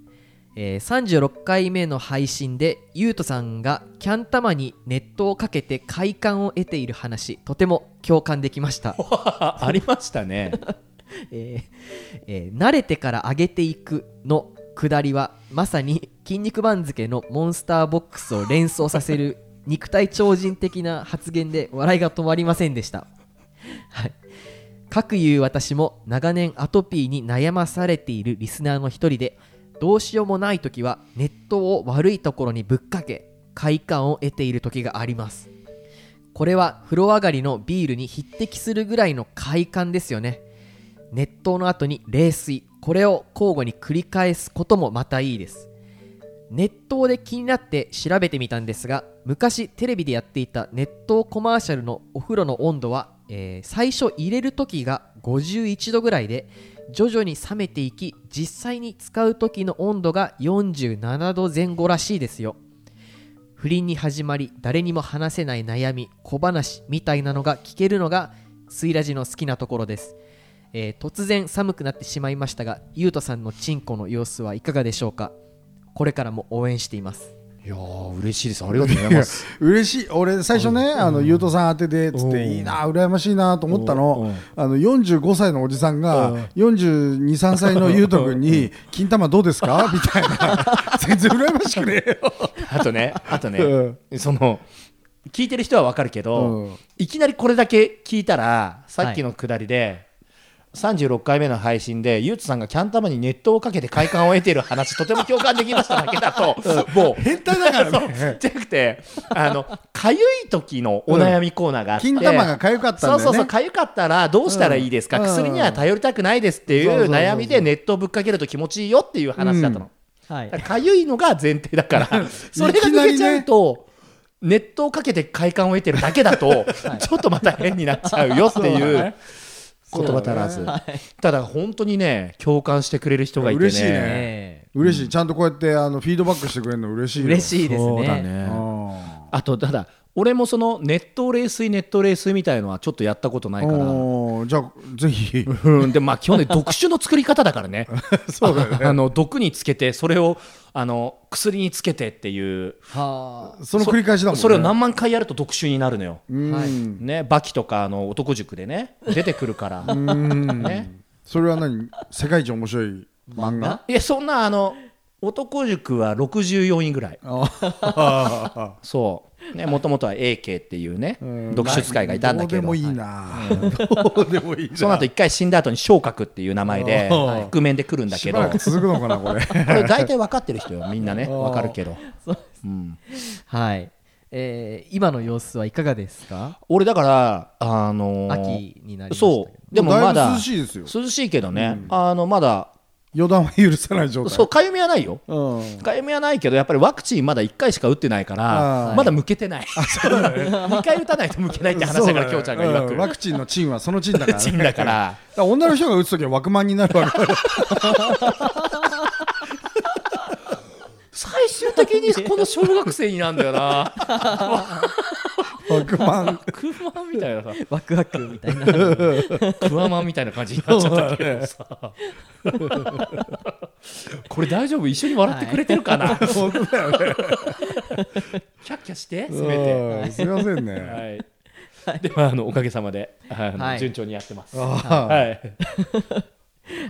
Speaker 2: えー36回目の配信でゆうとさんがキャン玉に熱湯をかけて快感を得ている話とても共感できました、
Speaker 3: あありましたね
Speaker 2: えーえー慣れてから上げていく」の下りはまさに「筋肉番付」のモンスターボックスを連想させる肉体超人的な発言で笑いが止まりませんでした、はい、各言う私も長年アトピーに悩まされているリスナーの一人でどうしようもない時はネットを悪いところにぶっかけ快感を得ている時がありますこれは風呂上がりのビールに匹敵するぐらいの快感ですよね熱湯の後に冷水これを交互に繰り返すこともまたいいです熱湯で気になって調べてみたんですが昔テレビでやっていた熱湯コマーシャルのお風呂の温度は、えー最初入れる時が51度ぐらいで徐々に冷めていき実際に使う時の温度が47度前後らしいですよ不倫に始まり誰にも話せない悩み小話みたいなのが聞けるのがスイラジの好きなところです、えー突然寒くなってしまいましたがゆうとさんのチンコの様子はいかがでしょうかこれからも応援しています
Speaker 3: いやー嬉しいですありがとうございます
Speaker 4: 嬉しい俺最初ねあのゆうとさん当てでつっ
Speaker 3: うん
Speaker 4: ていいな羨ましいなと思った
Speaker 3: うん
Speaker 4: のあの45歳のおじさん
Speaker 3: うん
Speaker 4: が423歳のゆうと君に「金玉どうで すか?」みたいな全然羨ましくねえよ
Speaker 3: あとね、あとね、
Speaker 4: う
Speaker 3: その聞いてる人はわかるけど、
Speaker 4: うん
Speaker 3: いきなりこれだけ聞いたら、さっきのくだりで、36回目の配信で、ゆうつさんがキャン玉に熱湯をかけて快感を得ている話、とても共感できましただけだと、もう、変態だ からね。じゃなくて、あの、かゆい時のお悩みコーナーがあって、
Speaker 4: 金玉が痒かったんだよ
Speaker 3: そ
Speaker 4: ね
Speaker 3: うそうそう、かゆかったらどうしたらいいですか、
Speaker 4: うん
Speaker 3: 薬には頼りたくないですってい
Speaker 4: そうそう
Speaker 3: う
Speaker 4: そうそう
Speaker 3: 悩みで熱湯ぶっかけると気持ちいいよっていう話だったの。
Speaker 2: はい
Speaker 3: かゆいのが前提だから それが抜けちゃうと、熱湯をかけて快感を得てるだけだと、ちょっとまた変になっちゃうよっていう言葉足らず、ただ本当にね共感してくれる人がいてね
Speaker 4: 嬉しいね
Speaker 2: ね
Speaker 4: 嬉しいちゃんとこうやってあのフィードバックしてくれるの嬉しいよ
Speaker 2: 嬉しいですね
Speaker 3: そうだ
Speaker 4: う
Speaker 3: ね
Speaker 4: ん
Speaker 3: あとただ俺もその熱湯冷水熱湯冷水みたいのはちょっとやったことないから
Speaker 4: おーじゃあぜひ
Speaker 3: うんでまあ基本ね毒酒の作り方だからね
Speaker 4: そうだよね
Speaker 3: あの毒につけてそれをあの薬につけてっていう
Speaker 2: はあ
Speaker 4: その繰り返しだもんね
Speaker 3: それを何万回やると毒酒になるのよ
Speaker 4: うん
Speaker 2: はい
Speaker 3: ね、バキとかあの男塾でね出てくるから、
Speaker 4: うん
Speaker 3: ね、
Speaker 4: それは何世界一面白い漫画
Speaker 3: いやそんなあの男塾は64位ぐらい そうねもともとは AK っていうね読書使いがいたんだけど
Speaker 4: どうでもいい
Speaker 3: は
Speaker 4: などうでもいい
Speaker 3: いその後一回死んだ後に昇格っていう名前で
Speaker 4: はい
Speaker 3: 覆面で来るんだ
Speaker 4: し
Speaker 3: け
Speaker 4: ば
Speaker 3: ど
Speaker 4: らく
Speaker 3: こ
Speaker 4: 続くのかなこれ
Speaker 3: れ大体分かってる人よみんなね分かるけど、
Speaker 2: そう
Speaker 3: うん、
Speaker 2: はい、えー今の様子はいかがですか
Speaker 3: 俺だからあのー
Speaker 2: 秋になりましたけど
Speaker 3: そうでも
Speaker 4: だいぶ
Speaker 3: まだ
Speaker 4: 涼しいですよ
Speaker 3: 涼しいけどね、あのまだ
Speaker 4: 予断は許さない状態
Speaker 3: そうかゆみはないよ
Speaker 4: うん
Speaker 3: かゆみはないけどやっぱりワクチンまだ1回しか打ってないから
Speaker 4: あー
Speaker 3: まだ向けてない、2回打たないと向けないって話だからきょうちゃんが
Speaker 4: そうだ
Speaker 3: 曰
Speaker 4: ね
Speaker 3: く、
Speaker 4: うんワクチンのチンはそのチンだからね
Speaker 3: チンだから
Speaker 4: だから女の人が打つときは枠満になるわけだから
Speaker 3: 最終的にこの小学生になるんだよな
Speaker 4: 枠満
Speaker 3: クマみたいなさ
Speaker 2: ワクワクみたいな
Speaker 3: クワマンみたいな感じになっちゃったけどさこれ大丈夫一緒に笑ってくれてるかな、
Speaker 4: 本当だよね
Speaker 3: キャッキャしてせめて、
Speaker 4: うんすいません
Speaker 3: は
Speaker 4: ね
Speaker 3: いでもあのおかげさまで、あの
Speaker 2: はい
Speaker 3: 順調にやってます
Speaker 4: あ
Speaker 3: はい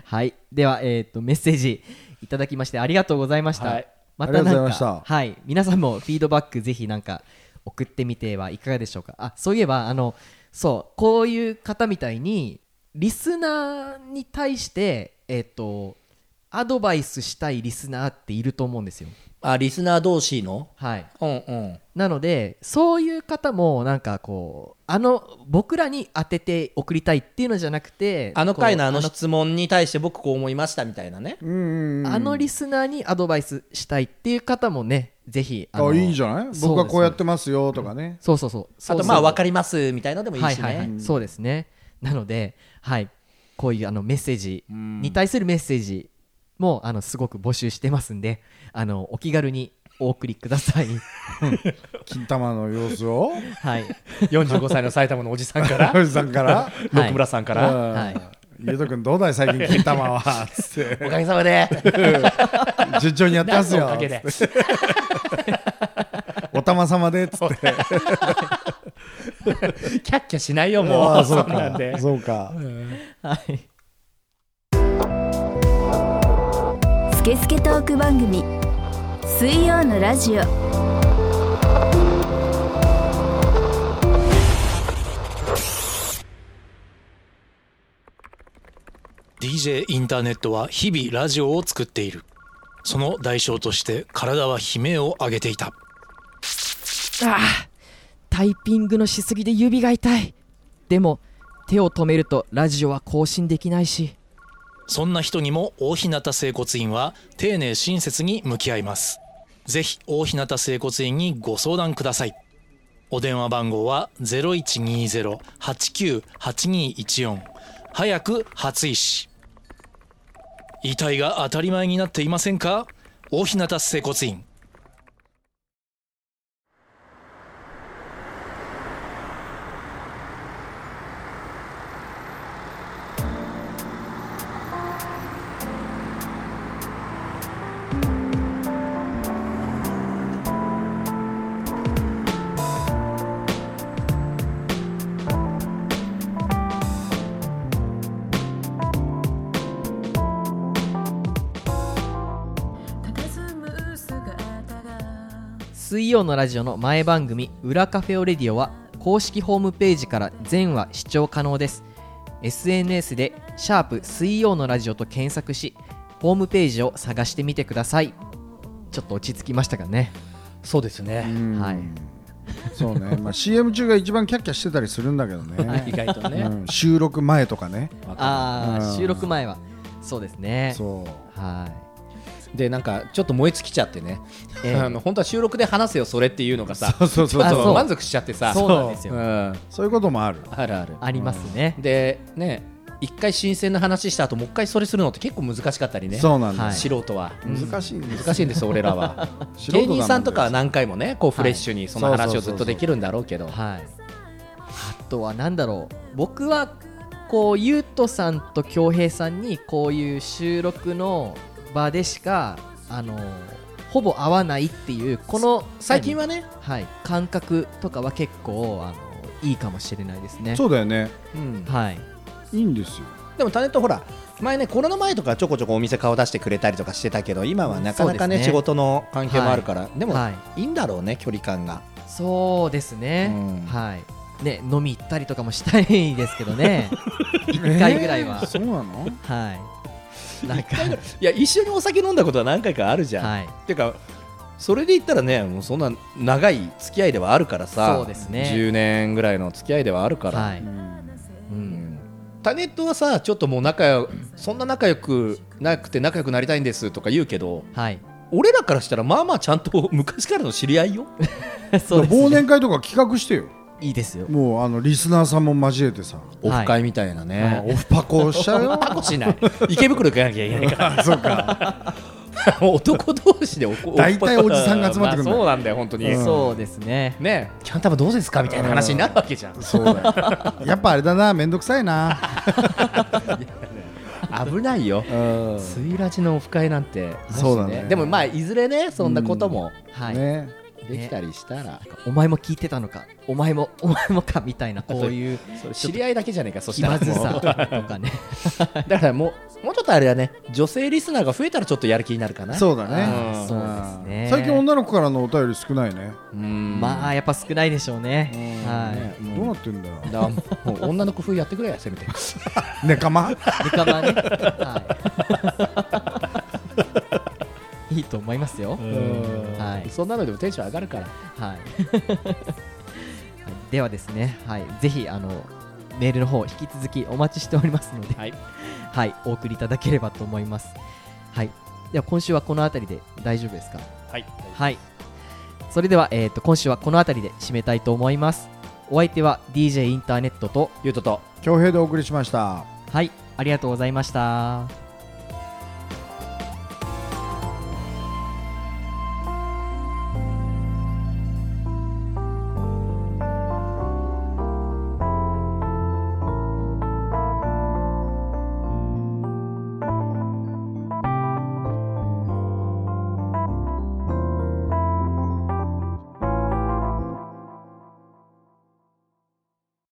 Speaker 2: はいでは、えー、とメッセージいただきましてありがとうございました、
Speaker 3: はい
Speaker 2: ま
Speaker 4: ありがとうござい
Speaker 2: なん
Speaker 4: ました
Speaker 2: かはい皆さんもフィードバックぜひなんか送ってみてはいかがでしょうかあそういえばあのそうこういう方みたいにリスナーに対してえっ、とアドバイスしたいリスナーっていると思うんですよ
Speaker 3: あリスナー同士の
Speaker 2: はい
Speaker 3: うんうん
Speaker 2: なのでそういう方もなんかこうあの僕らに当てて送りたいっていうのじゃなくて
Speaker 3: あの回のあの
Speaker 2: こう
Speaker 3: 質問に対して僕こう思いましたみたいなね。
Speaker 4: うんうんうん
Speaker 2: あのあのリスナーにアドバイスしたいっていう方もねぜひあの
Speaker 4: あいいんじゃない
Speaker 2: そうで
Speaker 4: 僕
Speaker 2: す
Speaker 4: はこうやってますよとかね
Speaker 2: そうそうそうそ
Speaker 3: あ
Speaker 2: う
Speaker 3: とまあ
Speaker 2: そう
Speaker 3: 分かりますみたいなのでもいい
Speaker 2: はい
Speaker 3: し
Speaker 2: はいはい
Speaker 3: ね。
Speaker 2: そうですねなのではいこういうあのメッセージに対するメッセージもあのすごく募集してますんであのお気軽にお送りください
Speaker 4: 金玉の様子を
Speaker 2: はい
Speaker 3: 45歳の埼玉のおじさんから、
Speaker 4: ハルさんから
Speaker 3: 六村さんから、
Speaker 2: はい
Speaker 4: うんゆうとくんどうだい最近金玉はつ って
Speaker 3: おかげさまで
Speaker 4: 順調にやってます
Speaker 3: 何の
Speaker 4: よ
Speaker 3: おかげで
Speaker 4: おたま様でっつって
Speaker 3: キャッキャしないよ
Speaker 4: あ
Speaker 3: も
Speaker 4: あ
Speaker 3: う
Speaker 4: そ
Speaker 3: そううなんで
Speaker 4: かそうか
Speaker 2: はい
Speaker 1: スケスケトーク番組水曜のラジオ
Speaker 5: 「DJ インターネット」は日々ラジオを作っているその代償として体は悲鳴を上げていた
Speaker 2: ああタイピングのしすぎで指が痛いでも手を止めるとラジオは更新できないし
Speaker 5: そんな人にも大日向整骨院は丁寧親切に向き合いますぜひ大日向整骨院にご相談くださいお電話番号は0120-89-8214早く初医師遺体が当たり前になっていませんか大日向整骨院
Speaker 2: 水曜のラジオの前番組「裏カフェオレディオ」は公式ホームページから全話視聴可能です SNS で「シャープ水曜のラジオ」と検索しホームページを探してみてくださいちょっと落ち着きましたかね
Speaker 3: そうですね
Speaker 2: はい
Speaker 4: そうね、まあ、CM 中が一番キャッキャしてたりするんだけど
Speaker 3: 意
Speaker 4: ね、
Speaker 3: 外とね
Speaker 4: うん収録前とかね
Speaker 2: あ
Speaker 4: う
Speaker 2: ー
Speaker 4: ん
Speaker 2: 収録前はそうですね
Speaker 4: そう
Speaker 2: はい
Speaker 3: でなんかちょっと燃え尽きちゃってね
Speaker 2: ええ
Speaker 3: あの本当は収録で話せよそれっていうのがさ
Speaker 4: そうそうそう
Speaker 2: あ
Speaker 3: ちょ
Speaker 2: そ
Speaker 3: っ
Speaker 2: う
Speaker 3: と満足しちゃってさ
Speaker 2: そうなんですよ
Speaker 3: んあ
Speaker 4: そういうこともある
Speaker 3: るある
Speaker 2: ありますね
Speaker 3: でね一回新鮮な話した後もう一回それするのって結構難しかったりね
Speaker 4: そうなんだ、
Speaker 2: はい
Speaker 3: 素人は
Speaker 4: 難しいんです
Speaker 3: 難しいんです俺らは
Speaker 4: 素人だも
Speaker 3: 芸
Speaker 4: んね
Speaker 3: 人さんとかは何回もねこうフレッシュにその話をずっとできるんだろうけど
Speaker 2: はい、あとは何だろう僕はこうゆうとさんと恭平さんにこういう収録の場でしかあのほぼ会わないっていうこの
Speaker 3: 最近はね、
Speaker 2: はい、感覚とかは結構あのいいかもしれないですね。
Speaker 4: そうだよね
Speaker 3: うん
Speaker 2: はい、
Speaker 4: いいんですよ
Speaker 3: でもタネットほら前ねコロナ前とかちょこちょこお店顔出してくれたりとかしてたけど今はなかな
Speaker 2: そ
Speaker 3: かね
Speaker 2: うですね
Speaker 3: 仕事の関係もあるから、でも、、
Speaker 2: はい
Speaker 3: いんだろうね距離感が
Speaker 2: そうですね、
Speaker 3: うん
Speaker 2: はいね、飲み行ったりとかもしたいですけど ね、1回ぐらいは
Speaker 4: えー、そうなの
Speaker 2: はい、なんか、
Speaker 3: いや一緒にお酒飲んだことは何回かあるじゃん、
Speaker 2: はい、
Speaker 3: てかそれで言ったらねもうそんな長い付き合いではあるからさ
Speaker 2: そうですね
Speaker 3: 10年ぐらいの付き合いではあるから、
Speaker 2: は
Speaker 4: う
Speaker 2: い、
Speaker 4: ん
Speaker 2: うん、
Speaker 3: タネットはさちょっともう仲よそんな仲良くなくて仲良くなりたいんですとか言うけど
Speaker 2: はい、
Speaker 3: 俺らからしたらまあまあちゃんと昔からの知り合いよ
Speaker 2: そうですね
Speaker 4: 忘年会とか企画してよ
Speaker 2: いいですよ。
Speaker 4: もうあのリスナーさんも交えてさ
Speaker 3: オフ会みたいなね、
Speaker 4: オフパコしちゃうよ
Speaker 3: タコしない池袋行かなきゃいけないから 男同士でお こ
Speaker 4: 大体おじさんが集まってくるんだ
Speaker 3: まあ
Speaker 4: よ
Speaker 3: そうなんだよ本当に、
Speaker 4: うん
Speaker 2: そうですね。
Speaker 3: ねキャンタマどうですかみたいな話になるわけじゃん
Speaker 4: そうだよやっぱあれだなめんどくさいな
Speaker 3: 危ないよ
Speaker 4: うん
Speaker 3: スイラジのオフ会なんて
Speaker 4: そうだね
Speaker 3: もしでもまあいずれねそんなことも
Speaker 2: はい、
Speaker 4: ね
Speaker 3: できたりしたら、
Speaker 2: お前も聞いてたのか、お前も、お前もかみたいな、こういう
Speaker 3: それ知り合いだけじゃねえかそし
Speaker 2: 気
Speaker 3: たら
Speaker 2: ま
Speaker 3: もう
Speaker 2: ずさとかね。
Speaker 3: だからもうもうちょっとあれだね女性リスナーが増えたらちょっとやる気になるかな
Speaker 4: そうだ
Speaker 3: あ
Speaker 4: ね
Speaker 3: ー
Speaker 2: そうですね。
Speaker 4: 最近女の子からのお便り少ないね
Speaker 3: うん
Speaker 2: まあ、やっぱ少ないでしょうね。は
Speaker 3: うん
Speaker 4: どうなってんだよ
Speaker 3: だからもう女の工夫やってくれせめて
Speaker 4: ネカマ
Speaker 2: い。リカバーね。はい。 いいと思いますよ。はい
Speaker 3: そんなのでもテンション上がるから
Speaker 2: はい。はいではですね、はい、ぜひあのメールの方引き続きお待ちしておりますので。
Speaker 3: はい
Speaker 2: はい、お送りいただければと思います。はい、では今週はこの辺りで大丈夫ですか。
Speaker 3: はい
Speaker 2: はい。それでは、えっ、と、今週はこの辺りで締めたいと思います。お相手は DJ インターネットと、
Speaker 3: ゆうとと
Speaker 4: 恭平でお送りしました
Speaker 2: はい、ありがとうございました。